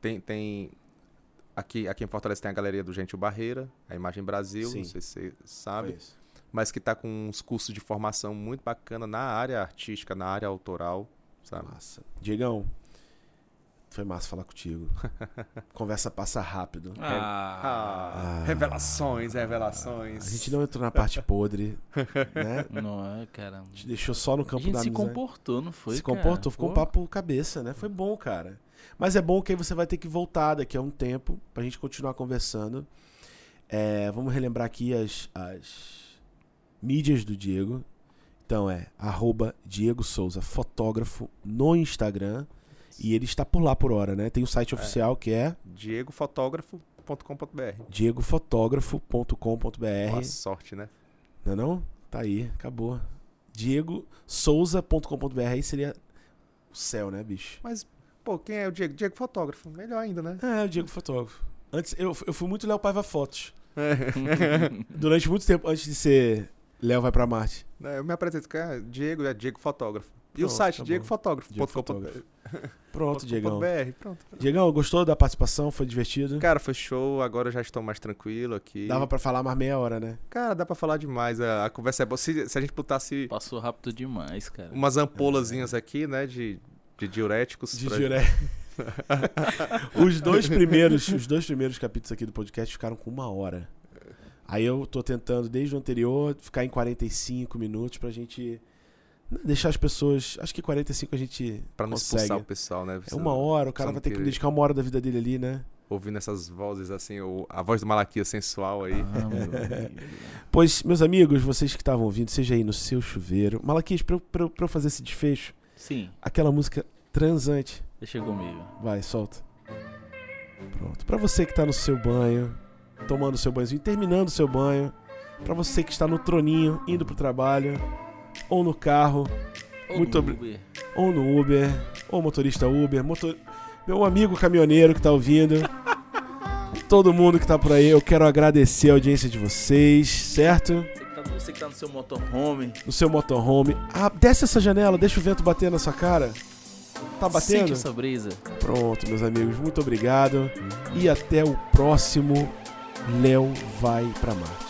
tem. tem aqui, aqui em Fortaleza tem a galeria do Gentil Barreira, a Imagem Brasil, Sim. não sei se você Foi sabe isso. mas que tá com uns cursos de formação muito bacana na área artística, na área autoral, sabe? Massa. Diegão, foi massa falar [LAUGHS] contigo. Conversa passa rápido. Ah. Ah, revelações, revelações. A gente não entrou na parte [LAUGHS] podre, né? Não é, cara. A gente deixou só no A campo gente da se amizade. comportou, não foi? se cara? comportou, ficou um é, Pô. papo cabeça, né? Foi bom, cara. Mas é bom que aí você vai ter que voltar daqui a um tempo pra gente continuar conversando. É, vamos relembrar aqui as, as mídias do Diego. Então é arroba Diego Souza Fotógrafo no Instagram. E ele está por lá por hora, né? Tem o site oficial que é Diegofotógrafo.com.br. Boa diegofotógrafo.com.br. sorte, né? Não é não? Tá aí, acabou. diegosouza.com.br aí seria o céu, né, bicho? Mas, pô, quem é o Diego? Diego Fotógrafo, melhor ainda, né? É, o Diego Fotógrafo. Antes, eu, eu fui muito Léo Paiva Fotos. [LAUGHS] Durante muito tempo, antes de ser Léo Vai Pra Marte. Não, Né, Eu me apresento, cara, Diego é Diego Fotógrafo. E o Pronto, site, tá bom. Diego Fotógrafo. diegofotógrafo.com.br. Pronto, Diegão. Pronto. Diegão, gostou da participação? Foi divertido? Cara, foi show, agora eu já estou mais tranquilo aqui. Dava pra falar mais meia hora, né? Cara, dá pra falar demais, a, a conversa é boa. Se, se a gente botasse Passou rápido demais, Um cara. umas ampolazinhas aqui, né, de, de diuréticos. De pra- juré. os dois primeiros, os dois primeiros capítulos aqui do podcast ficaram com uma hora. Aí eu tô tentando desde o anterior ficar em 45 minutos pra gente né, deixar as pessoas, acho que 45 a gente Pra não expulsar o consegue. pessoal, né? É uma hora, o cara não vai ter que querer. dedicar uma hora da vida dele ali, né? Ouvindo essas vozes assim, ou a voz do Malaquias sensual aí. [LAUGHS] Ah, meu amigo. Pois, meus amigos, vocês que estavam ouvindo, seja aí no seu chuveiro. Malaquias, pra eu, pra eu- pra eu fazer esse desfecho, Sim, aquela música transante. deixa comigo. Vai, solta. Pronto. Pra você que tá no seu banho, tomando seu banhozinho, terminando seu banho. Pra você que está no troninho, indo pro trabalho, ou no carro, Ô, Muito obri- Uber. ou no Uber, ou motorista Uber, motor... meu amigo caminhoneiro que tá ouvindo, todo mundo que tá por aí, eu quero agradecer a audiência de vocês, certo? Você que, tá, você que tá no seu motorhome, no seu motorhome. Ah, desce essa janela, deixa o vento bater na sua cara. Tá sente batendo? essa brisa. Pronto, meus amigos, muito obrigado. E até o próximo Léo Vai Pra Marte.